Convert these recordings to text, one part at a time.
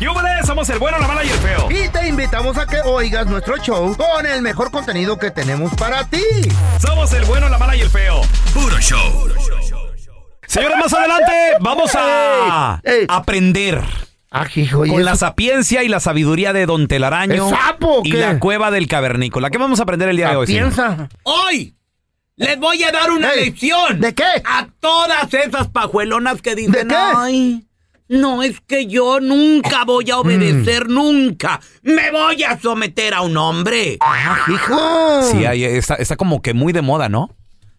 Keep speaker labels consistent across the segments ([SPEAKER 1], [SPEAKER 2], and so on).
[SPEAKER 1] ¡Yúbales! Somos el bueno, la mala y el feo.
[SPEAKER 2] Y te invitamos a que oigas nuestro show con el mejor contenido que tenemos para ti.
[SPEAKER 1] Somos el bueno, la mala y el feo.
[SPEAKER 3] Puro show.
[SPEAKER 1] Señores, más adelante vamos a
[SPEAKER 2] Ey, ey.
[SPEAKER 1] aprender.
[SPEAKER 2] Ah, hijo, ¿y
[SPEAKER 1] Con la
[SPEAKER 2] eso?
[SPEAKER 1] sapiencia y la sabiduría de Don Telaraño
[SPEAKER 2] ¿Es sapo o
[SPEAKER 1] y
[SPEAKER 2] qué?
[SPEAKER 1] la cueva del cavernícola. ¿Qué vamos a aprender el día de hoy? señor?
[SPEAKER 2] piensa.
[SPEAKER 4] Hoy les voy a dar una
[SPEAKER 2] Ey,
[SPEAKER 4] lección.
[SPEAKER 2] ¿de qué?
[SPEAKER 4] A todas esas pajuelonas que dicen,
[SPEAKER 2] ¿De qué?
[SPEAKER 4] ay, no es que yo nunca voy
[SPEAKER 2] Mm.
[SPEAKER 4] a obedecer, nunca. Me voy a someter a un hombre.
[SPEAKER 2] Ah, hijo.
[SPEAKER 1] Sí, ahí está, está como que muy de moda, ¿no?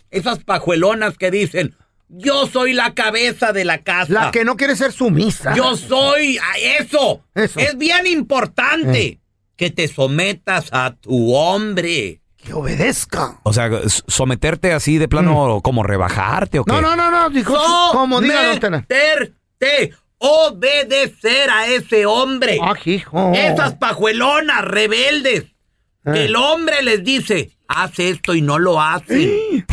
[SPEAKER 4] Esas pajuelonas que dicen, yo soy la cabeza de la casa.
[SPEAKER 1] Ah.
[SPEAKER 2] La que no quiere ser sumisa.
[SPEAKER 4] Yo soy a ah, eso.
[SPEAKER 2] Eso. Eh.
[SPEAKER 4] Es bien importante que te sometas a tu hombre.
[SPEAKER 2] Que obedezca. Mm.
[SPEAKER 1] O sea, s- someterte así de plano, como rebajarte o qué.
[SPEAKER 2] No, no, no, no. Dijo, como diga don Tena.
[SPEAKER 4] Someterte, obedecer a ese hombre.
[SPEAKER 2] Ah, hijo.
[SPEAKER 4] Esas pajuelonas rebeldes. Que
[SPEAKER 2] Eh.
[SPEAKER 4] el hombre les dice, haz esto y no lo hacen.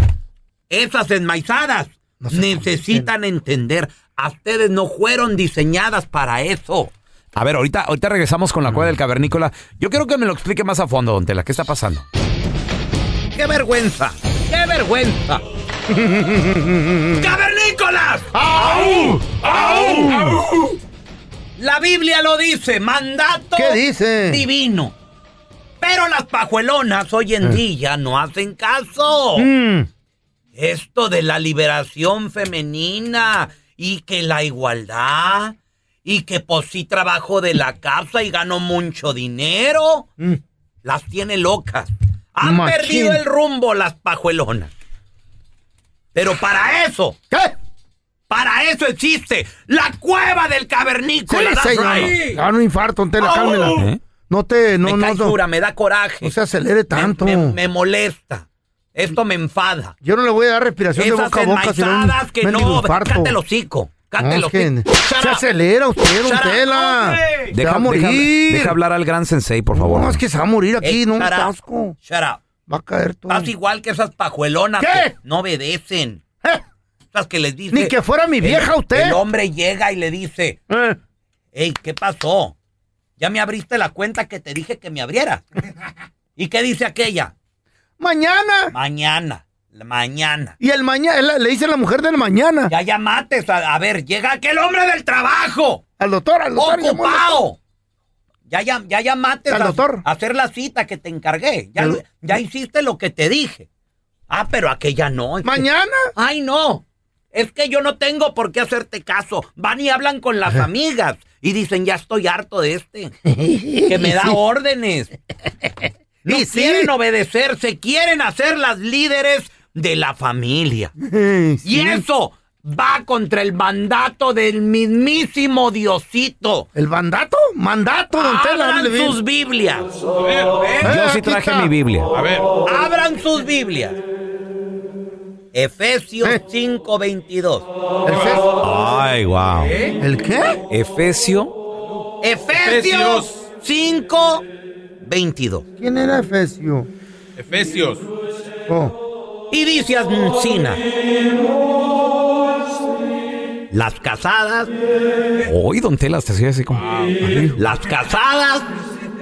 [SPEAKER 4] Esas enmaizadas
[SPEAKER 2] No se
[SPEAKER 4] necesitan entender. A ustedes no fueron diseñadas para eso.
[SPEAKER 1] A ver, ahorita, ahorita regresamos con la cueva del cavernícola. Yo quiero que me lo explique más a fondo, don Tela. ¿Qué está pasando?
[SPEAKER 4] ¡Qué vergüenza! ¡Qué vergüenza! ¡Cavernícolas! ¡Au! ¡Au! La Biblia lo dice, mandato
[SPEAKER 2] ¿Qué dice?
[SPEAKER 4] divino. Pero las pajuelonas hoy en día no hacen caso.
[SPEAKER 2] Mm.
[SPEAKER 4] Esto de la liberación femenina y que la igualdad y que pues sí trabajo de la casa y gano mucho dinero,
[SPEAKER 2] Mm.
[SPEAKER 4] las tiene locas. Han
[SPEAKER 2] Machín.
[SPEAKER 4] perdido el rumbo las pajuelonas. Pero para eso,
[SPEAKER 2] ¿Qué?
[SPEAKER 4] para eso existe la cueva del
[SPEAKER 2] Sí,
[SPEAKER 4] cavernícola. that's
[SPEAKER 2] señor.
[SPEAKER 4] right.
[SPEAKER 2] Ah, no, infarto, don Tela,
[SPEAKER 4] Au.
[SPEAKER 2] cálmela.
[SPEAKER 1] ¿Eh?
[SPEAKER 2] No te, no,
[SPEAKER 4] me
[SPEAKER 2] no,
[SPEAKER 4] cae
[SPEAKER 2] no,
[SPEAKER 4] dura, me da coraje.
[SPEAKER 2] no se acelere
[SPEAKER 4] Me-
[SPEAKER 2] tanto.
[SPEAKER 4] me- me molesta. Esto me enfada.
[SPEAKER 2] Yo no le voy a dar respiración de
[SPEAKER 4] Esas
[SPEAKER 2] boca a boca. si no,
[SPEAKER 4] enmaizadas que
[SPEAKER 2] mendigo
[SPEAKER 4] no,
[SPEAKER 2] infarto.
[SPEAKER 4] cállate el hocico, cállate el
[SPEAKER 2] No, es que
[SPEAKER 4] hocico. Shut
[SPEAKER 2] Se
[SPEAKER 4] up.
[SPEAKER 2] acelera usted, don
[SPEAKER 4] Shut up.
[SPEAKER 2] Tela.
[SPEAKER 4] Hombre.
[SPEAKER 2] Se va a morir.
[SPEAKER 1] deja- deja hablar al gran sensei, por favor.
[SPEAKER 2] No, es que se va a morir aquí,
[SPEAKER 4] Ey,
[SPEAKER 2] no, un
[SPEAKER 4] shut up.
[SPEAKER 2] casco.
[SPEAKER 4] Shut up.
[SPEAKER 2] Va a caer todo.
[SPEAKER 4] Estás igual que esas pajuelonas
[SPEAKER 2] ¿Qué?
[SPEAKER 4] que no obedecen.
[SPEAKER 2] Eh,
[SPEAKER 4] Esas que les dicen.
[SPEAKER 2] Ni que fuera mi vieja usted.
[SPEAKER 4] El hombre llega y le dice,
[SPEAKER 2] Eh,
[SPEAKER 4] hey, ¿qué pasó? Ya me abriste la cuenta que te dije que me abriera. ¿Y qué dice aquella?
[SPEAKER 2] Mañana.
[SPEAKER 4] Mañana, la mañana.
[SPEAKER 2] Y el mañana, le dice la mujer del mañana.
[SPEAKER 4] Ya llamates, a, a ver, llega aquel hombre del trabajo.
[SPEAKER 2] Al doctor, al doctor. llamó al doctor.
[SPEAKER 4] ¡Ocupado! Ya, llam- ya llamaste
[SPEAKER 2] Al
[SPEAKER 4] a,
[SPEAKER 2] doctor.
[SPEAKER 4] a hacer la cita que te encargué. Ya,
[SPEAKER 2] Al-
[SPEAKER 4] ya hiciste lo que te dije. Ah, pero aquella no. es que-
[SPEAKER 2] Mañana.
[SPEAKER 4] Ay, no. Es que yo no tengo por qué hacerte caso. Van y hablan con las amigas y dicen, ya estoy harto de este. Que me da órdenes. No
[SPEAKER 2] Y sí.
[SPEAKER 4] quieren obedecer, se quieren hacer las líderes de la familia. Y eso va contra el mandato del mismísimo Diosito.
[SPEAKER 2] ¿El mandato? Mandato, don Tela.
[SPEAKER 4] Abran
[SPEAKER 2] ábrele bien.
[SPEAKER 4] sus Biblias.
[SPEAKER 2] Eh,
[SPEAKER 1] Yo
[SPEAKER 2] aquí
[SPEAKER 1] sí traje
[SPEAKER 2] está.
[SPEAKER 1] mi Biblia.
[SPEAKER 4] Oh. Abran sus Biblias. Efesios
[SPEAKER 2] Eh.
[SPEAKER 4] 5:22.
[SPEAKER 2] ¿El qué?
[SPEAKER 1] Ay,
[SPEAKER 4] Ah.
[SPEAKER 1] wow.
[SPEAKER 2] ¿El qué?
[SPEAKER 1] Efesio.
[SPEAKER 4] Efesios 5:22.
[SPEAKER 2] ¿Quién era Efesio?
[SPEAKER 5] Efesios.
[SPEAKER 2] Oh.
[SPEAKER 4] Y dice Ancina. Las casadas,
[SPEAKER 1] Hoy, don Tela, te hacía así como.
[SPEAKER 4] las casadas
[SPEAKER 2] Ah.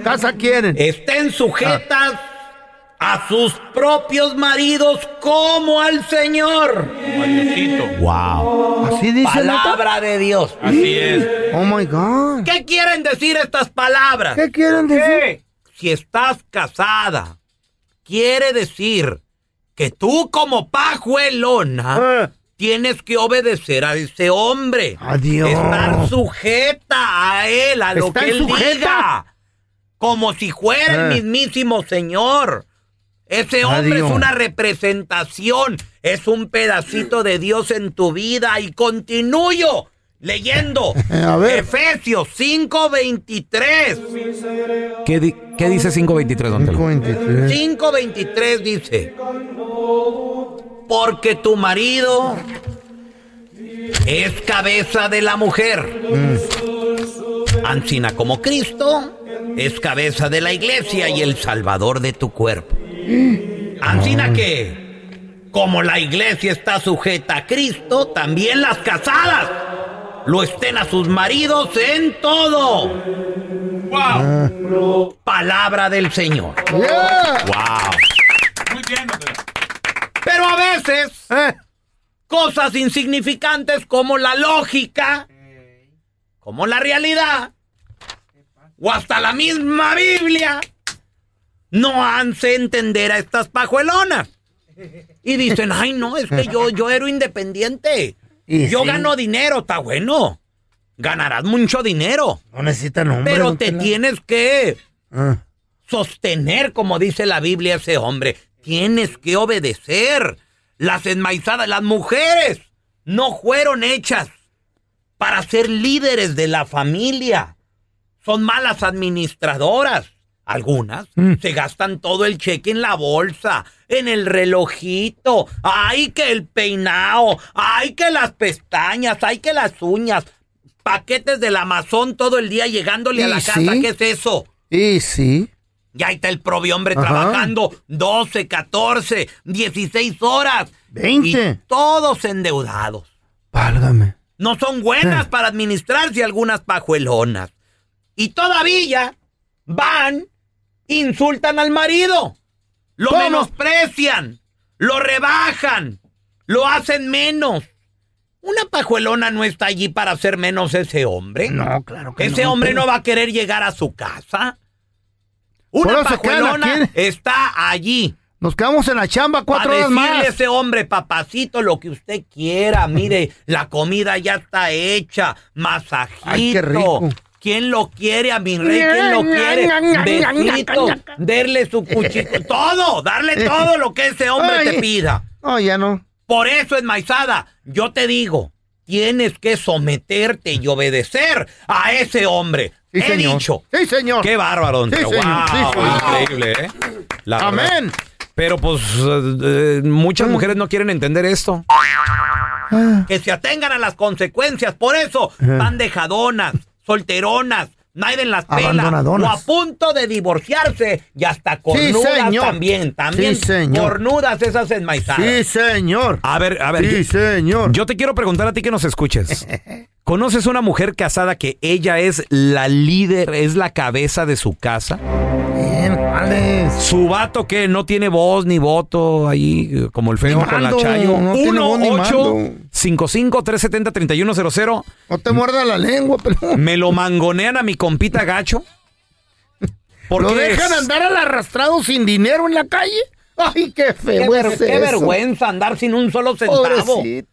[SPEAKER 2] ¿Casa Ah. quieren?
[SPEAKER 4] estén sujetas a sus propios maridos como al Señor.
[SPEAKER 5] Mariosito.
[SPEAKER 1] Wow.
[SPEAKER 2] ¿Así dice neta?
[SPEAKER 4] Palabra de Dios.
[SPEAKER 5] Así es.
[SPEAKER 2] Oh my God.
[SPEAKER 4] ¿Qué quieren decir estas palabras?
[SPEAKER 2] ¿Qué quieren decir?
[SPEAKER 4] Si estás casada, quiere decir que tú como pajuelona
[SPEAKER 2] Eh,
[SPEAKER 4] tienes que obedecer a ese hombre.
[SPEAKER 2] Adiós.
[SPEAKER 4] Estar sujeta a él, a lo
[SPEAKER 2] ¿Estar
[SPEAKER 4] que él
[SPEAKER 2] sujeta?
[SPEAKER 4] diga. Como si fuera
[SPEAKER 2] Eh. Ah,
[SPEAKER 4] el mismísimo señor. Ese hombre
[SPEAKER 2] Adiós.
[SPEAKER 4] es una representación, es un pedacito de Dios en tu vida y continúo leyendo
[SPEAKER 2] A ver.
[SPEAKER 4] Efesios 5:23.
[SPEAKER 1] ¿Qué, di- qué dice 523, don Tela?
[SPEAKER 2] 523.
[SPEAKER 4] 5:23 dice, porque tu marido es cabeza de la mujer. Ancina como Cristo es cabeza de la iglesia y el salvador de tu cuerpo. Ancina que, como la iglesia está sujeta a Cristo, también las casadas lo estén a sus maridos en todo. ¡Wow! Palabra del Señor.
[SPEAKER 2] Yeah.
[SPEAKER 4] ¡Wow!
[SPEAKER 5] Muy bien, don Tela.
[SPEAKER 4] Pero a veces,
[SPEAKER 2] Eh,
[SPEAKER 4] cosas insignificantes como la lógica, como la realidad, o hasta la misma Biblia, no hace entender a estas pajuelonas. Y dicen, ay, no, es que yo, yo era independiente.
[SPEAKER 2] Y
[SPEAKER 4] yo
[SPEAKER 2] sí.
[SPEAKER 4] gano dinero, está bueno. Ganarás mucho dinero,
[SPEAKER 2] No necesitan hombre.
[SPEAKER 4] pero
[SPEAKER 2] don
[SPEAKER 4] te
[SPEAKER 2] Tela.
[SPEAKER 4] tienes que
[SPEAKER 2] Ah.
[SPEAKER 4] sostener, como dice la Biblia, ese hombre. Tienes que obedecer. Las enmaizadas, las mujeres, no fueron hechas para ser líderes de la familia. Son malas administradoras. Algunas
[SPEAKER 2] Mm.
[SPEAKER 4] se gastan todo el cheque en la bolsa, en el relojito. ¡Ay, que el peinado! ¡Ay, que las pestañas! ¡Ay, que las uñas! Paquetes del Amazon todo el día llegándole a
[SPEAKER 2] Y
[SPEAKER 4] la casa.
[SPEAKER 2] sí.
[SPEAKER 4] ¿Qué es eso?
[SPEAKER 2] Y sí.
[SPEAKER 4] Ya está el propio hombre
[SPEAKER 2] Ajá.
[SPEAKER 4] trabajando 12, 14, 16 horas.
[SPEAKER 2] 20.
[SPEAKER 4] Y todos endeudados.
[SPEAKER 2] Válgame.
[SPEAKER 4] No son buenas
[SPEAKER 2] Eh.
[SPEAKER 4] para administrarse algunas pajuelonas. Y todavía van, insultan al marido. Lo
[SPEAKER 2] ¿Cómo?
[SPEAKER 4] menosprecian, lo rebajan, lo hacen menos. Una pajuelona no está allí para hacer menos ese hombre.
[SPEAKER 2] No, claro que no.
[SPEAKER 4] Ese
[SPEAKER 2] don
[SPEAKER 4] hombre
[SPEAKER 2] Tela.
[SPEAKER 4] no va a querer llegar a su casa.
[SPEAKER 2] Por
[SPEAKER 4] Una
[SPEAKER 2] eso que la
[SPEAKER 4] pajuelona
[SPEAKER 2] quiere.
[SPEAKER 4] está allí.
[SPEAKER 2] Nos quedamos en la chamba cuatro
[SPEAKER 4] para
[SPEAKER 2] horas
[SPEAKER 4] decirle a
[SPEAKER 2] más.
[SPEAKER 4] ese hombre, papacito, lo que usted quiera. Mire, la comida ya está hecha. Masajito.
[SPEAKER 2] Ay, qué rico.
[SPEAKER 4] ¿Quién lo quiere a mi rey? ¿Quién lo quiere? Besito. Darle su cuchito. Todo. Darle todo lo que ese hombre
[SPEAKER 2] Ay.
[SPEAKER 4] te pida.
[SPEAKER 2] No, ya no.
[SPEAKER 4] Por eso, enmaizada, yo te digo, tienes que someterte y obedecer a ese hombre.
[SPEAKER 2] Sí,
[SPEAKER 4] He
[SPEAKER 2] señor.
[SPEAKER 4] dicho.
[SPEAKER 2] Sí, señor.
[SPEAKER 1] Qué bárbaro, don
[SPEAKER 2] Sí,
[SPEAKER 1] Tela.
[SPEAKER 2] señor.
[SPEAKER 1] Wow,
[SPEAKER 2] Sí, señor.
[SPEAKER 1] Increíble, ¿eh? La verdad.
[SPEAKER 2] Amén. Mm.
[SPEAKER 1] Pero pues eh, eh, muchas mujeres no quieren entender esto.
[SPEAKER 4] que se atengan a las consecuencias. Por eso van dejadonas, solteronas, nadie en las pelas, o
[SPEAKER 2] Abandonadonas.
[SPEAKER 4] a punto de divorciarse y hasta cornudas
[SPEAKER 2] señor.
[SPEAKER 4] también, también
[SPEAKER 2] Sí, señor.
[SPEAKER 4] cornudas esas enmaizadas.
[SPEAKER 2] Sí, señor.
[SPEAKER 1] A ver, a ver.
[SPEAKER 2] Sí,
[SPEAKER 1] yo-
[SPEAKER 2] señor.
[SPEAKER 1] Yo te quiero preguntar a ti que nos escuches. ¿Conoces una mujer casada que ella es la líder, es la cabeza de su casa?
[SPEAKER 2] Bien, ¿cuál es?
[SPEAKER 1] Su vato que no tiene voz ni voto ahí, eh, como el feo
[SPEAKER 2] Ni
[SPEAKER 1] con la
[SPEAKER 2] mando,
[SPEAKER 1] chayo.
[SPEAKER 2] no tiene voz ni mando.
[SPEAKER 1] 1-855-370-3100.
[SPEAKER 2] No te muerda la lengua, pelón.
[SPEAKER 1] Me lo mangonean a mi compita gacho. Porque
[SPEAKER 2] ¿Lo dejan
[SPEAKER 1] es-
[SPEAKER 2] andar al arrastrado sin dinero en la calle? Ay, qué
[SPEAKER 4] Qué,
[SPEAKER 2] feo
[SPEAKER 4] ver-
[SPEAKER 2] es
[SPEAKER 4] qué
[SPEAKER 2] eso.
[SPEAKER 4] vergüenza andar sin un solo centavo.
[SPEAKER 2] Pobrecito.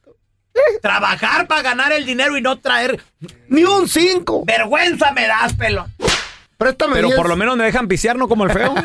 [SPEAKER 4] Trabajar para ganar el dinero y no traer
[SPEAKER 2] Ni un cinco.
[SPEAKER 4] vergüenza me das, pelo.
[SPEAKER 2] Préstame
[SPEAKER 1] Pero
[SPEAKER 2] 10.
[SPEAKER 1] por lo menos me dejan pisear, no como el feo.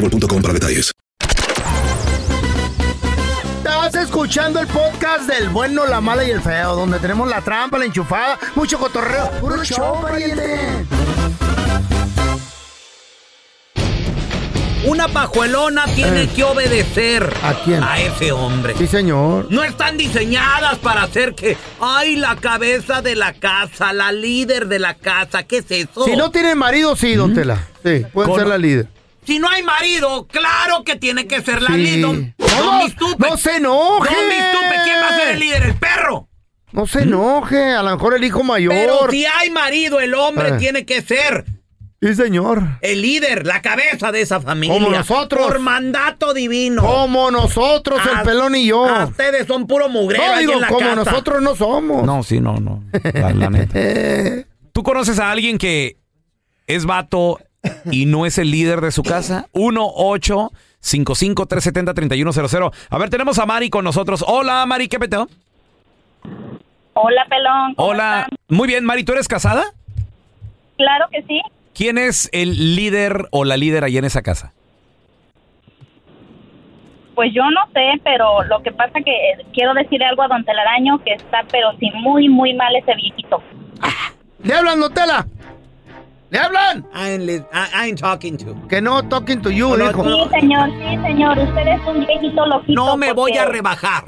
[SPEAKER 3] para detalles.
[SPEAKER 2] Estás escuchando el podcast del bueno, la mala y el feo, donde tenemos la trampa, la enchufada, mucho cotorreo. ¡Puro show, pariente!
[SPEAKER 4] Una pajuelona tiene que obedecer.
[SPEAKER 2] Eh. ¿A quién?
[SPEAKER 4] A ese hombre.
[SPEAKER 2] Sí, señor.
[SPEAKER 4] No están diseñadas para hacer que, ay, la cabeza de la casa, la líder de la casa, ¿qué es eso?
[SPEAKER 2] Si no tiene marido, sí, don Tela. Sí, puede
[SPEAKER 4] Oh. ¿Mm? Con-
[SPEAKER 2] ser la líder.
[SPEAKER 4] Si no hay marido, claro que tiene que ser la
[SPEAKER 2] Sí.
[SPEAKER 4] líder. Don, don
[SPEAKER 2] No,
[SPEAKER 4] mi estupe.
[SPEAKER 2] no se enoje.
[SPEAKER 4] Don mi estupe, ¿quién va a ser el líder? El perro.
[SPEAKER 2] No se enoje, a lo mejor el hijo mayor.
[SPEAKER 4] ¿Mm? Pero si hay marido, el hombre
[SPEAKER 2] Ah.
[SPEAKER 4] tiene que ser
[SPEAKER 2] Sí, señor.
[SPEAKER 4] el líder, la cabeza de esa familia.
[SPEAKER 2] Como nosotros.
[SPEAKER 4] Por mandato divino.
[SPEAKER 2] Como nosotros, el
[SPEAKER 4] Ah,
[SPEAKER 2] pelón y yo.
[SPEAKER 4] ah, Ustedes son puro mugrero
[SPEAKER 2] No,
[SPEAKER 4] ahí
[SPEAKER 2] digo,
[SPEAKER 4] en la
[SPEAKER 2] como
[SPEAKER 4] casa.
[SPEAKER 2] nosotros no somos.
[SPEAKER 1] No, sí, no, no. La, la neta. ¿Tú conoces a alguien que es vato y no es el líder de su casa? 1 8 55 370 3100 A ver, tenemos a Mari con nosotros. Hola, Mari, ¿qué peteo?
[SPEAKER 6] Hola, pelón. ¿cómo
[SPEAKER 1] Hola.
[SPEAKER 6] están?
[SPEAKER 1] Muy bien, Mari, ¿tú eres casada?
[SPEAKER 6] Claro que sí.
[SPEAKER 1] ¿Quién es el líder o la líder ahí en esa casa?
[SPEAKER 6] Pues yo no sé, pero lo que pasa que eh, quiero decirle algo a don Telaraño que está, pero sí, muy, muy mal ese viejito.
[SPEAKER 2] ¿Le hablan, Nutella? ¿Le hablan?
[SPEAKER 4] I ain't, li- I- I ain't talking to.
[SPEAKER 2] Que no talking to you,
[SPEAKER 4] No,
[SPEAKER 2] dijo.
[SPEAKER 4] no.
[SPEAKER 6] Sí, señor, sí, señor. Usted es un viejito loquito.
[SPEAKER 4] No me voy
[SPEAKER 6] porque
[SPEAKER 4] a rebajar.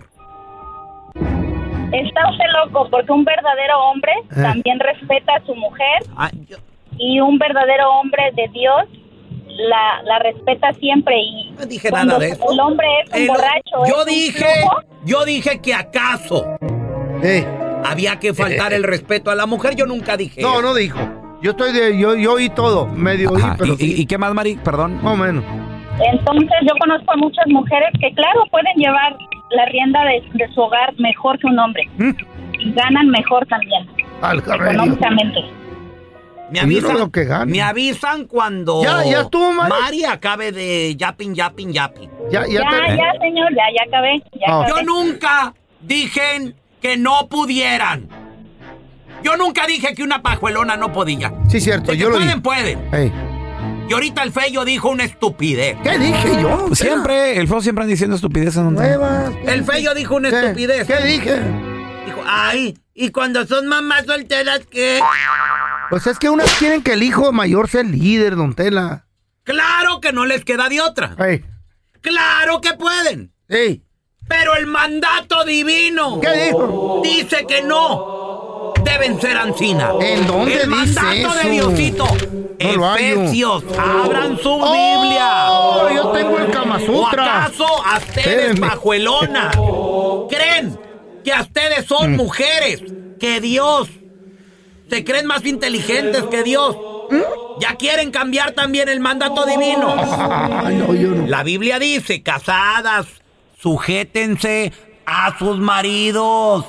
[SPEAKER 6] Está usted loco porque un verdadero hombre
[SPEAKER 2] Eh.
[SPEAKER 6] también respeta a su mujer
[SPEAKER 4] Ah, yo-
[SPEAKER 6] y un verdadero hombre de Dios la, la respeta siempre. Y
[SPEAKER 4] No dije
[SPEAKER 6] cuando
[SPEAKER 4] nada de eso.
[SPEAKER 6] El hombre es un
[SPEAKER 4] el-
[SPEAKER 6] borracho. es
[SPEAKER 4] yo
[SPEAKER 6] un
[SPEAKER 4] dije,
[SPEAKER 6] flojo,
[SPEAKER 4] yo dije que acaso
[SPEAKER 2] Eh,
[SPEAKER 4] había que faltar el respeto a la mujer. Yo nunca dije.
[SPEAKER 2] no,
[SPEAKER 4] eso.
[SPEAKER 2] no dijo. Yo estoy de, yo, yo oí todo, medio oí,
[SPEAKER 1] Ajá.
[SPEAKER 2] pero
[SPEAKER 1] ¿Y, y-
[SPEAKER 2] sí,
[SPEAKER 1] y qué más, Mari? Perdón.
[SPEAKER 2] más o menos.
[SPEAKER 6] Entonces yo conozco a muchas mujeres que claro pueden llevar la rienda de, de su hogar mejor que un hombre
[SPEAKER 2] Mm.
[SPEAKER 6] y ganan mejor también
[SPEAKER 2] Al cabello.
[SPEAKER 6] económicamente.
[SPEAKER 2] Yo no
[SPEAKER 4] Me avisan,
[SPEAKER 2] lo que gano.
[SPEAKER 4] me avisan cuando
[SPEAKER 2] Ya, ya estuvo, Mari.
[SPEAKER 4] acabe de yapin, yapin, yapin.
[SPEAKER 2] Ya, ya,
[SPEAKER 6] Ya,
[SPEAKER 2] te-
[SPEAKER 6] ya señor, ya, ya acabé. Ya
[SPEAKER 2] Ah.
[SPEAKER 4] Yo
[SPEAKER 6] acabé.
[SPEAKER 4] nunca dije que no pudieran. Yo nunca dije que una pajuelona no podía.
[SPEAKER 2] Sí, cierto,
[SPEAKER 4] De que
[SPEAKER 2] yo lo
[SPEAKER 4] pueden,
[SPEAKER 2] dije.
[SPEAKER 4] pueden.
[SPEAKER 2] Ey,
[SPEAKER 4] Y ahorita el feyo dijo una estupidez.
[SPEAKER 2] ¿Qué dije yo?
[SPEAKER 4] Pues
[SPEAKER 2] Nutella?
[SPEAKER 1] Siempre, el feo siempre anda diciendo estupideces. ¿no?
[SPEAKER 2] Nuevas.
[SPEAKER 4] El feyo dijo una
[SPEAKER 2] ¿Qué?
[SPEAKER 4] estupidez.
[SPEAKER 2] ¿Qué dije?
[SPEAKER 4] Dijo, ay, y cuando son mamás solteras, ¿qué?
[SPEAKER 2] Pues es que unas quieren que el hijo mayor sea el líder, don Tela.
[SPEAKER 4] Claro que no les queda de otra.
[SPEAKER 2] Ey,
[SPEAKER 4] Claro que pueden.
[SPEAKER 2] ey,
[SPEAKER 4] Pero el mandato divino
[SPEAKER 2] ¿qué dijo?
[SPEAKER 4] dice que no. Deben ser ancina.
[SPEAKER 2] ¿En dónde dice
[SPEAKER 4] El mandato
[SPEAKER 2] eso?
[SPEAKER 4] de Diosito.
[SPEAKER 2] No lo hallo.
[SPEAKER 4] Efesios, abran su
[SPEAKER 2] ¡Oh!
[SPEAKER 4] Biblia.
[SPEAKER 2] Yo tengo el Kama
[SPEAKER 4] ¿O
[SPEAKER 2] Sutra.
[SPEAKER 4] acaso a ustedes,
[SPEAKER 2] Espérenme.
[SPEAKER 4] pajuelona, creen que a ustedes
[SPEAKER 2] Mm.
[SPEAKER 4] son mujeres, que Dios, se creen más inteligentes que Dios?
[SPEAKER 2] ¿Mm?
[SPEAKER 4] Ya quieren cambiar también el mandato divino.
[SPEAKER 2] Ay, no, yo no.
[SPEAKER 4] La Biblia dice, casadas, sujétense a sus maridos.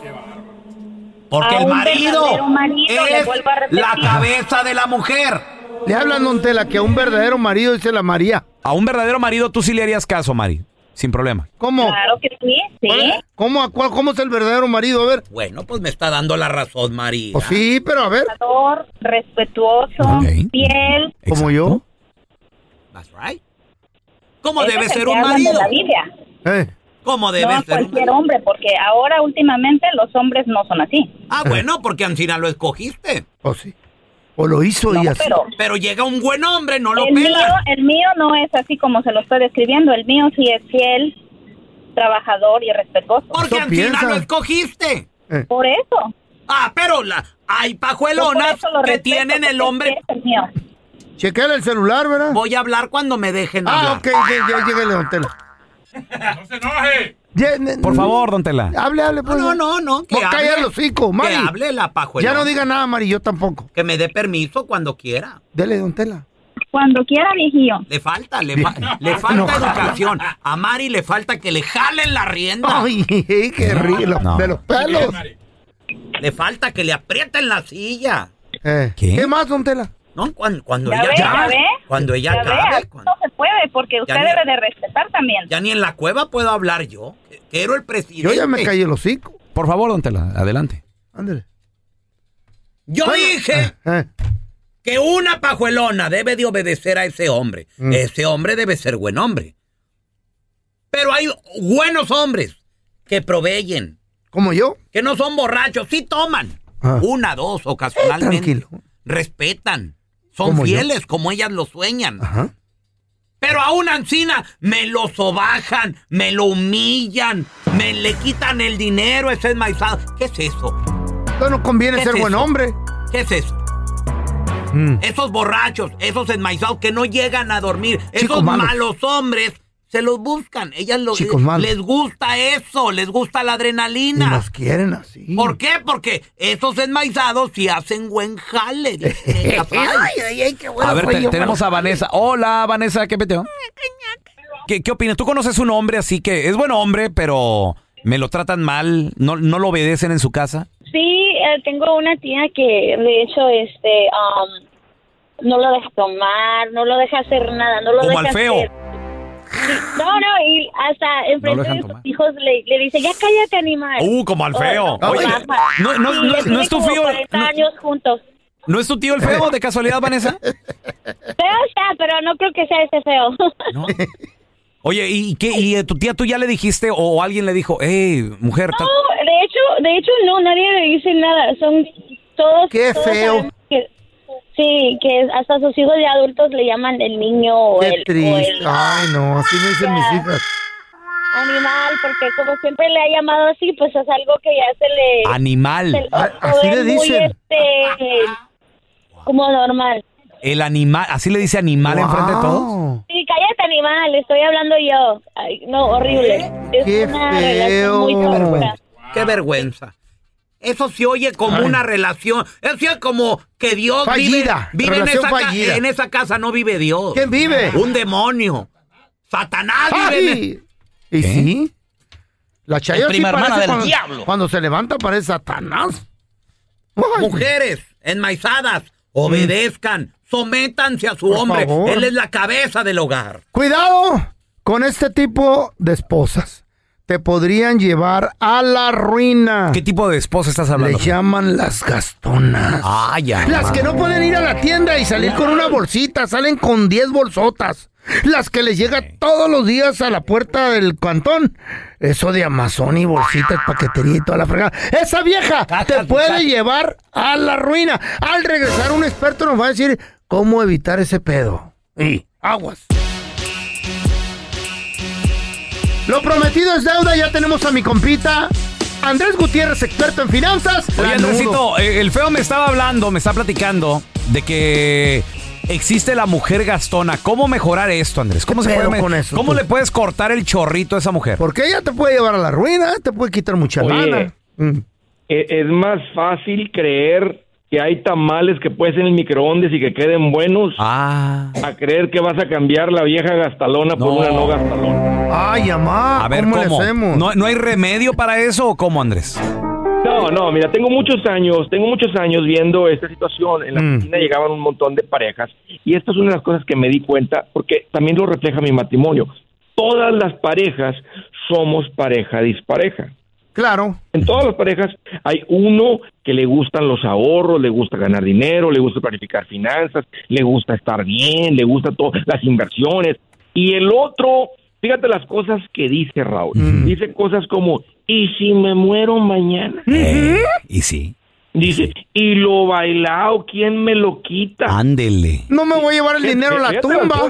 [SPEAKER 4] Porque
[SPEAKER 6] A
[SPEAKER 4] el
[SPEAKER 6] un
[SPEAKER 4] marido,
[SPEAKER 6] verdadero marido, le
[SPEAKER 4] es
[SPEAKER 6] vuelvo a repetir.
[SPEAKER 4] la cabeza de la mujer.
[SPEAKER 2] Le hablan, don Tela, que a un verdadero marido dice la María.
[SPEAKER 1] A un verdadero marido tú sí le harías caso, Mari. sin problema.
[SPEAKER 2] ¿Cómo?
[SPEAKER 6] Claro que sí, sí.
[SPEAKER 2] ¿Cómo, a cuál, ¿Cómo es el verdadero marido? A ver.
[SPEAKER 4] Bueno, pues me está dando la razón, María.
[SPEAKER 2] Pues sí, pero a ver.
[SPEAKER 6] Trabajador, respetuoso, fiel.
[SPEAKER 2] ¿Como yo?
[SPEAKER 4] That's right. ¿Cómo
[SPEAKER 6] Es
[SPEAKER 4] debe
[SPEAKER 6] el que
[SPEAKER 4] ser un
[SPEAKER 6] hablan de
[SPEAKER 4] marido?
[SPEAKER 6] la Biblia.
[SPEAKER 4] ¿Cómo
[SPEAKER 6] No
[SPEAKER 4] debe
[SPEAKER 6] a
[SPEAKER 4] ser un
[SPEAKER 6] cualquier hombre, porque ahora últimamente los hombres no son así.
[SPEAKER 4] Ah, bueno, porque Ancina lo escogiste.
[SPEAKER 2] ¿O Oh, sí? ¿O lo hizo y así?
[SPEAKER 6] pero-
[SPEAKER 4] Pero llega un buen hombre, no lo
[SPEAKER 6] el mío,
[SPEAKER 4] pela.
[SPEAKER 6] el mío no es así como se lo estoy describiendo. El mío sí es fiel, trabajador y respetuoso.
[SPEAKER 4] Porque Ancina lo escogiste.
[SPEAKER 2] Eh.
[SPEAKER 6] Por eso.
[SPEAKER 4] Ah, pero la, hay pajuelonas
[SPEAKER 6] Yo por eso lo
[SPEAKER 4] que
[SPEAKER 6] respeto,
[SPEAKER 4] tienen el
[SPEAKER 6] porque
[SPEAKER 4] hombre.
[SPEAKER 6] ese es mío.
[SPEAKER 2] Chequear el celular, ¿verdad?
[SPEAKER 4] Voy a hablar cuando me dejen
[SPEAKER 2] Ah,
[SPEAKER 4] hablar.
[SPEAKER 2] ok, ya, ya, llégale, don Tela. Ya, ne-
[SPEAKER 1] Por favor, don Tela.
[SPEAKER 2] Hable, hable, pues.
[SPEAKER 4] No, no, no, que
[SPEAKER 2] Vos
[SPEAKER 4] hable.
[SPEAKER 2] calla el hocico, Mari.
[SPEAKER 4] Que hable la
[SPEAKER 2] Ya
[SPEAKER 4] pajuelona.
[SPEAKER 2] no diga nada, Mari, yo tampoco.
[SPEAKER 4] Que me dé permiso cuando quiera.
[SPEAKER 2] Dele, don Tela.
[SPEAKER 6] Cuando quiera, viejillo.
[SPEAKER 4] Le falta, le, fa-
[SPEAKER 2] Bien.
[SPEAKER 4] le falta
[SPEAKER 2] Enojado.
[SPEAKER 4] educación. A Mari le falta que le jalen la rienda.
[SPEAKER 2] Ay, qué río, lo-
[SPEAKER 1] No.
[SPEAKER 2] de los Ah, pelos.
[SPEAKER 4] Le falta que le aprieten la silla.
[SPEAKER 2] Eh,
[SPEAKER 1] ¿Qué?
[SPEAKER 2] ¿Qué? más, don Tela?
[SPEAKER 4] No, cuan- cuando,
[SPEAKER 6] Ya
[SPEAKER 4] ella
[SPEAKER 6] ve, ya
[SPEAKER 4] acabe,
[SPEAKER 6] ve.
[SPEAKER 4] cuando ella
[SPEAKER 6] Ya ve,
[SPEAKER 4] acabe,
[SPEAKER 6] así
[SPEAKER 4] cuan-
[SPEAKER 6] no se puede, porque usted
[SPEAKER 4] ni-
[SPEAKER 6] debe de respetar también.
[SPEAKER 4] ya ni en la cueva puedo hablar yo. Quiero el presidente.
[SPEAKER 2] Yo ya me callé el hocico.
[SPEAKER 1] Por favor, don Tela, adelante.
[SPEAKER 2] Ándale.
[SPEAKER 4] Yo
[SPEAKER 2] Bueno,
[SPEAKER 4] dije
[SPEAKER 2] eh,
[SPEAKER 4] que una pajuelona debe de obedecer a ese hombre.
[SPEAKER 2] Mm.
[SPEAKER 4] Ese hombre debe ser buen hombre. Pero hay buenos hombres que proveen,
[SPEAKER 2] ¿Como yo?
[SPEAKER 4] que no son borrachos, sí toman.
[SPEAKER 2] Ah. Eh,
[SPEAKER 4] Una, dos, ocasionalmente.
[SPEAKER 2] tranquilo.
[SPEAKER 4] Respetan. Son
[SPEAKER 2] Como yo.
[SPEAKER 4] fieles como ellas lo sueñan.
[SPEAKER 2] Ajá.
[SPEAKER 4] Pero a una Ancina me lo sobajan, me lo humillan, me le quitan el dinero, ese enmaizado. ¿Qué es eso?
[SPEAKER 2] Entonces no conviene
[SPEAKER 4] ¿Qué
[SPEAKER 2] ser
[SPEAKER 4] es
[SPEAKER 2] buen
[SPEAKER 4] eso?
[SPEAKER 2] hombre.
[SPEAKER 4] ¿Qué es eso?
[SPEAKER 2] Mm.
[SPEAKER 4] Esos borrachos, esos enmaizados que no llegan a dormir,
[SPEAKER 2] Chicos
[SPEAKER 4] esos
[SPEAKER 2] malos.
[SPEAKER 4] malos. hombres, se los buscan. Ellas los,
[SPEAKER 2] Chicos malos.
[SPEAKER 4] les gusta eso, les gusta la
[SPEAKER 2] Y
[SPEAKER 4] adrenalina.
[SPEAKER 2] nos quieren así.
[SPEAKER 4] ¿Por qué? Porque esos enmaizados sí hacen buen jale. dicen ellas. Ay,
[SPEAKER 1] a ver, te- tenemos a Vanessa. Hola, Vanessa, ¿qué peteo? ¿Qué, ¿Qué opinas? ¿Tú conoces un hombre así que es buen hombre, pero me lo tratan mal, no, no lo obedecen en su casa?
[SPEAKER 7] Sí, eh, tengo una tía que de hecho este am, no lo deja tomar, no lo deja hacer nada, no lo
[SPEAKER 1] Como
[SPEAKER 7] deja
[SPEAKER 1] al feo.
[SPEAKER 7] hacer- Sí, No, no, y hasta enfrente
[SPEAKER 1] dejan
[SPEAKER 7] de
[SPEAKER 1] tomar.
[SPEAKER 7] sus hijos le, le dice, ya cállate animal.
[SPEAKER 1] Uh, como al feo.
[SPEAKER 7] O- o
[SPEAKER 1] Oye,
[SPEAKER 7] baja.
[SPEAKER 1] no, no-
[SPEAKER 7] Sí,
[SPEAKER 1] no
[SPEAKER 7] ya
[SPEAKER 1] es- no es
[SPEAKER 7] tienen
[SPEAKER 1] tu
[SPEAKER 7] como
[SPEAKER 1] fío,
[SPEAKER 7] 40
[SPEAKER 1] no-
[SPEAKER 7] años juntos.
[SPEAKER 1] ¿No es tu tío el feo de casualidad, Vanessa?
[SPEAKER 7] Feo está, pero no creo que sea ese feo.
[SPEAKER 1] No. Oye, ¿y qué? ¿Y eh, tu tía tú ya le dijiste o, alguien le dijo, hey, mujer, tal-
[SPEAKER 7] No, de hecho, de hecho no, nadie le dice nada. Son todos.
[SPEAKER 2] Qué
[SPEAKER 7] todos
[SPEAKER 2] feo.
[SPEAKER 7] saben que- sí, que hasta sus hijos de adultos le llaman el niño o
[SPEAKER 2] Qué
[SPEAKER 7] el, o
[SPEAKER 2] triste.
[SPEAKER 7] el
[SPEAKER 2] Ay, no, así me dicen mis hijas.
[SPEAKER 7] animal, porque como siempre le ha llamado así, pues es algo que ya se le.
[SPEAKER 1] animal?
[SPEAKER 7] se-
[SPEAKER 2] a- Ah,
[SPEAKER 7] lo
[SPEAKER 2] así
[SPEAKER 7] ven
[SPEAKER 2] le
[SPEAKER 7] muy,
[SPEAKER 2] dicen.
[SPEAKER 7] este, como normal.
[SPEAKER 1] El animal, así le dice animal enfrente de todos.
[SPEAKER 2] Wow.
[SPEAKER 7] Sí, cállate animal, estoy hablando yo. Ay, no, horrible. Es
[SPEAKER 2] Qué
[SPEAKER 7] una relación muy
[SPEAKER 2] feo.
[SPEAKER 7] tóxica.
[SPEAKER 4] Qué vergüenza. Eso se oye como una relación. Eso se oye como que Dios
[SPEAKER 2] Fallida,
[SPEAKER 4] vive, vive en,
[SPEAKER 2] relación
[SPEAKER 4] esa ca-
[SPEAKER 2] fallida.
[SPEAKER 4] en esa casa. No vive Dios.
[SPEAKER 2] ¿Quién vive?
[SPEAKER 4] Un demonio. Satanás vive en-
[SPEAKER 2] Ay. ¿Y sí? La Chayo sí parece cuando, cuando se levanta parece Satanás. Ay,
[SPEAKER 4] Mujeres enmaizadas, obedezcan, sométanse a su
[SPEAKER 2] Por
[SPEAKER 4] hombre.
[SPEAKER 2] favor.
[SPEAKER 4] Él es la cabeza del hogar.
[SPEAKER 2] Cuidado con este tipo de esposas. Te podrían llevar a la ruina.
[SPEAKER 1] ¿Qué tipo de esposa estás
[SPEAKER 2] Le
[SPEAKER 1] hablando?
[SPEAKER 2] llaman las gastonas.
[SPEAKER 1] Ah, ya.
[SPEAKER 2] Las que no pueden ir a la tienda y salir con una bolsita, salen con 10 bolsotas. Las que les llega todos los días a la puerta del cantón. Eso de Amazon y bolsitas, paquetería y toda la fregada. Esa vieja te
[SPEAKER 4] Cajas,
[SPEAKER 2] puede
[SPEAKER 4] cajas.
[SPEAKER 2] llevar a la ruina. Al regresar un experto nos va a decir cómo evitar ese pedo. Y aguas. Lo prometido es deuda, ya tenemos a mi compita. Andrés Gutiérrez, experto en finanzas.
[SPEAKER 1] Oye,
[SPEAKER 2] Lanudo.
[SPEAKER 1] Andresito, eh, el feo me estaba hablando, me está platicando de que existe la mujer gastona. ¿Cómo mejorar esto, Andrés? ¿Cómo,
[SPEAKER 2] ¿Qué
[SPEAKER 1] se puede
[SPEAKER 2] pedo
[SPEAKER 1] me-
[SPEAKER 2] con eso,
[SPEAKER 1] ¿cómo
[SPEAKER 2] tú?
[SPEAKER 1] le puedes cortar el chorrito a esa mujer?
[SPEAKER 2] Porque ella te puede llevar a la ruina, te puede quitar mucha
[SPEAKER 8] Oye.
[SPEAKER 2] lana. Mm.
[SPEAKER 8] E- Es más fácil creer que hay tamales que puedes en el microondas y que queden buenos
[SPEAKER 1] Ah.
[SPEAKER 8] a creer que vas a cambiar la vieja gastalona por
[SPEAKER 1] No.
[SPEAKER 8] una no gastalona.
[SPEAKER 2] Ay, mamá,
[SPEAKER 1] A ver,
[SPEAKER 2] Ah, ¿cómo,
[SPEAKER 1] ¿cómo?
[SPEAKER 2] le hacemos?
[SPEAKER 1] ¿No, ¿No hay remedio para eso o cómo, Andrés?
[SPEAKER 8] No, no, mira, tengo muchos años, tengo muchos años viendo esta situación. En la
[SPEAKER 2] Mm.
[SPEAKER 8] oficina llegaban un montón de parejas y esta es una de las cosas que me di cuenta porque también lo refleja mi matrimonio. todas las parejas somos pareja dispareja.
[SPEAKER 2] Claro.
[SPEAKER 8] En todas las parejas hay uno que le gustan los ahorros, le gusta ganar dinero, le gusta planificar finanzas, le gusta estar bien, le gusta todas las inversiones. Y el otro, fíjate las cosas que dice Raúl.
[SPEAKER 2] Mm.
[SPEAKER 8] Dice cosas como, ¿y si me muero mañana?
[SPEAKER 1] Eh, Y sí.
[SPEAKER 8] Dice, ¿y lo bailado quién me lo quita?
[SPEAKER 1] Ándele.
[SPEAKER 2] No me voy a llevar el dinero a la tumba.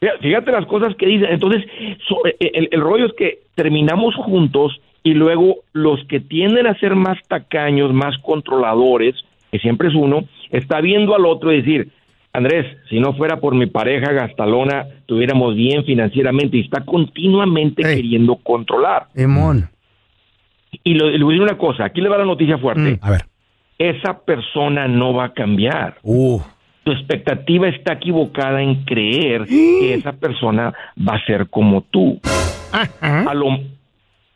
[SPEAKER 8] Fíjate- Fíjate las cosas que dicen. Entonces, so- eh, el, el rollo es que terminamos juntos y luego los que tienden a ser más tacaños, más controladores, que siempre es uno, está viendo al otro y decir, Andrés, si no fuera por mi pareja gastalona, estuviéramos bien financieramente y está continuamente queriendo controlar.
[SPEAKER 2] Emón.
[SPEAKER 8] Y lo- le voy a decir una cosa, aquí le va la noticia fuerte.
[SPEAKER 2] Mm.
[SPEAKER 1] a ver.
[SPEAKER 8] Esa persona no va a cambiar.
[SPEAKER 1] Uh.
[SPEAKER 8] Tu expectativa está equivocada en creer que esa persona va a ser como tú. A lo,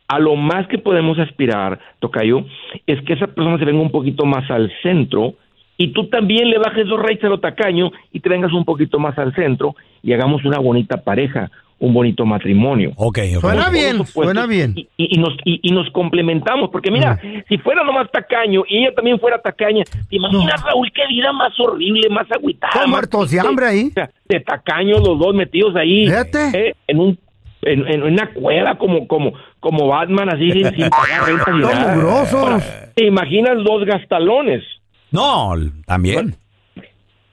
[SPEAKER 8] a lo más que podemos aspirar, Tocayo, es que esa persona se venga un poquito más al centro y tú también le bajes dos reyes a lo tacaño y te vengas un poquito más al centro y hagamos una bonita pareja, un bonito matrimonio.
[SPEAKER 1] Ok,
[SPEAKER 2] Suena bien, suena bien.
[SPEAKER 8] Y, y- y nos, y, y nos complementamos, porque mira,
[SPEAKER 1] Mm.
[SPEAKER 8] si fuera nomás tacaño y ella también fuera tacaña, ¿te imaginas, Raúl, qué vida más horrible, más agüitada? muertos de hambre ahí. de tacaño los dos metidos ahí. eh, en un en, en una cueva como como como Batman así sin, sin pagar renta ni
[SPEAKER 1] Todos
[SPEAKER 8] nada.
[SPEAKER 1] mugrosos.
[SPEAKER 8] Ahora, ¿Te imaginas dos gastalones?
[SPEAKER 1] No, también.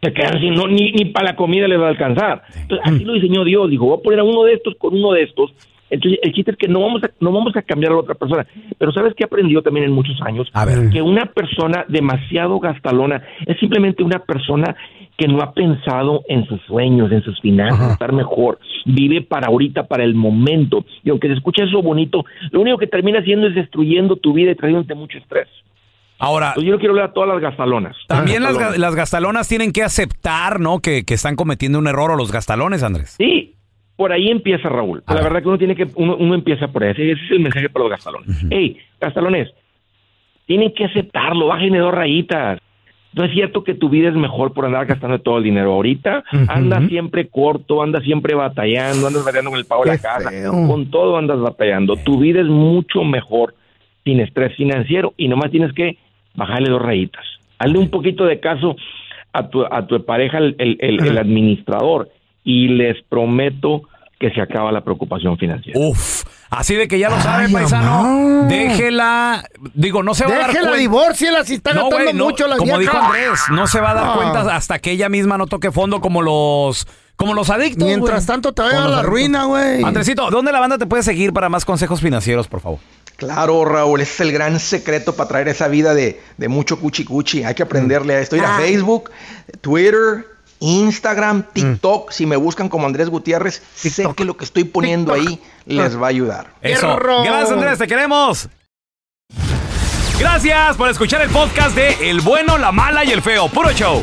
[SPEAKER 8] Se quedan sin, no, ni, ni para la comida les va a alcanzar. Entonces, así lo diseñó Dios, dijo, voy a poner a uno de estos con uno de estos. Entonces, el chiste es que no vamos a, no vamos a cambiar a la otra persona. Pero ¿sabes qué aprendió también en muchos años? Que una persona demasiado gastalona es simplemente una persona que no ha pensado en sus sueños, en sus finanzas, estar mejor. Vive para ahorita, para el momento. Y aunque se escuche eso bonito, lo único que termina haciendo es destruyendo tu vida y trayéndote mucho estrés.
[SPEAKER 1] Ahora,
[SPEAKER 8] Entonces, yo no quiero hablar a todas las gastalonas.
[SPEAKER 1] También las, ga- las gastalonas tienen que aceptar, ¿no? Que, que están cometiendo un error o los gastalones, Andrés.
[SPEAKER 8] Sí, por ahí empieza Raúl. la verdad que uno tiene que, uno, uno empieza por ahí. Ese ese es el mensaje para los gastalones. Hey, gastalones, tienen que aceptarlo, bájenle dos rayitas. No es cierto que tu vida es mejor por andar gastando todo el dinero ahorita. Andas siempre corto, andas siempre batallando, andas batallando con el pago de la
[SPEAKER 9] Qué
[SPEAKER 8] casa.
[SPEAKER 9] feo.
[SPEAKER 8] Con todo andas batallando. Tu vida es mucho mejor sin estrés financiero y nomás tienes que bajarle dos rayitas. Hazle un poquito de caso a tu, a tu pareja, el, el- el- el administrador, y les prometo que se acaba la preocupación financiera.
[SPEAKER 1] Uf, así de que ya lo saben, paisano. Déjela, digo, no se va a dar
[SPEAKER 2] Déjela,
[SPEAKER 1] cuenta.
[SPEAKER 2] divórciela si está gastando
[SPEAKER 1] güey,
[SPEAKER 2] mucho la
[SPEAKER 1] Como
[SPEAKER 2] vieja.
[SPEAKER 1] dijo Andrés, no se va a dar
[SPEAKER 2] Ah.
[SPEAKER 1] cuenta hasta que ella misma no toque fondo como los como los adictos. güey.
[SPEAKER 2] Mientras tanto te va a llevar
[SPEAKER 1] Como
[SPEAKER 2] a la
[SPEAKER 1] los adictos.
[SPEAKER 2] ruina, güey.
[SPEAKER 1] Andresito, ¿dónde la banda te puede seguir para más consejos financieros, por favor?
[SPEAKER 10] Claro, Raúl, ese es el gran secreto para traer esa vida de, de mucho cuchi cuchi. Hay que aprenderle a esto. Ir a
[SPEAKER 1] Ah.
[SPEAKER 10] Facebook, Twitter,
[SPEAKER 1] Mm.
[SPEAKER 10] Instagram, TikTok. Si me buscan como Andrés Gutiérrez, sé que lo que estoy poniendo ahí les va a ayudar.
[SPEAKER 1] Eso. Gracias, Andrés, te queremos. Gracias por escuchar el podcast de El bueno, la mala y el feo. Puro show.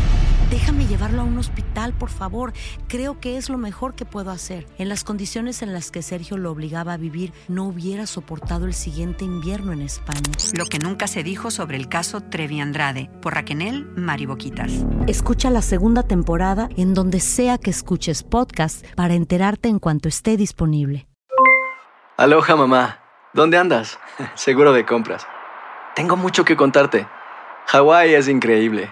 [SPEAKER 11] Déjame llevarlo a un hospital, por favor. Creo que es lo mejor que puedo hacer. En las condiciones en las que Sergio lo obligaba a vivir, no hubiera soportado el siguiente invierno en España.
[SPEAKER 12] Lo que nunca se dijo sobre el caso Trevi Andrade por Raquel Mariboquitas.
[SPEAKER 11] Escucha la segunda temporada en donde sea que escuches podcast para enterarte en cuanto esté disponible.
[SPEAKER 13] Aloha mamá, ¿dónde andas? Seguro de compras. Tengo mucho que contarte. Hawái es increíble.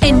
[SPEAKER 9] En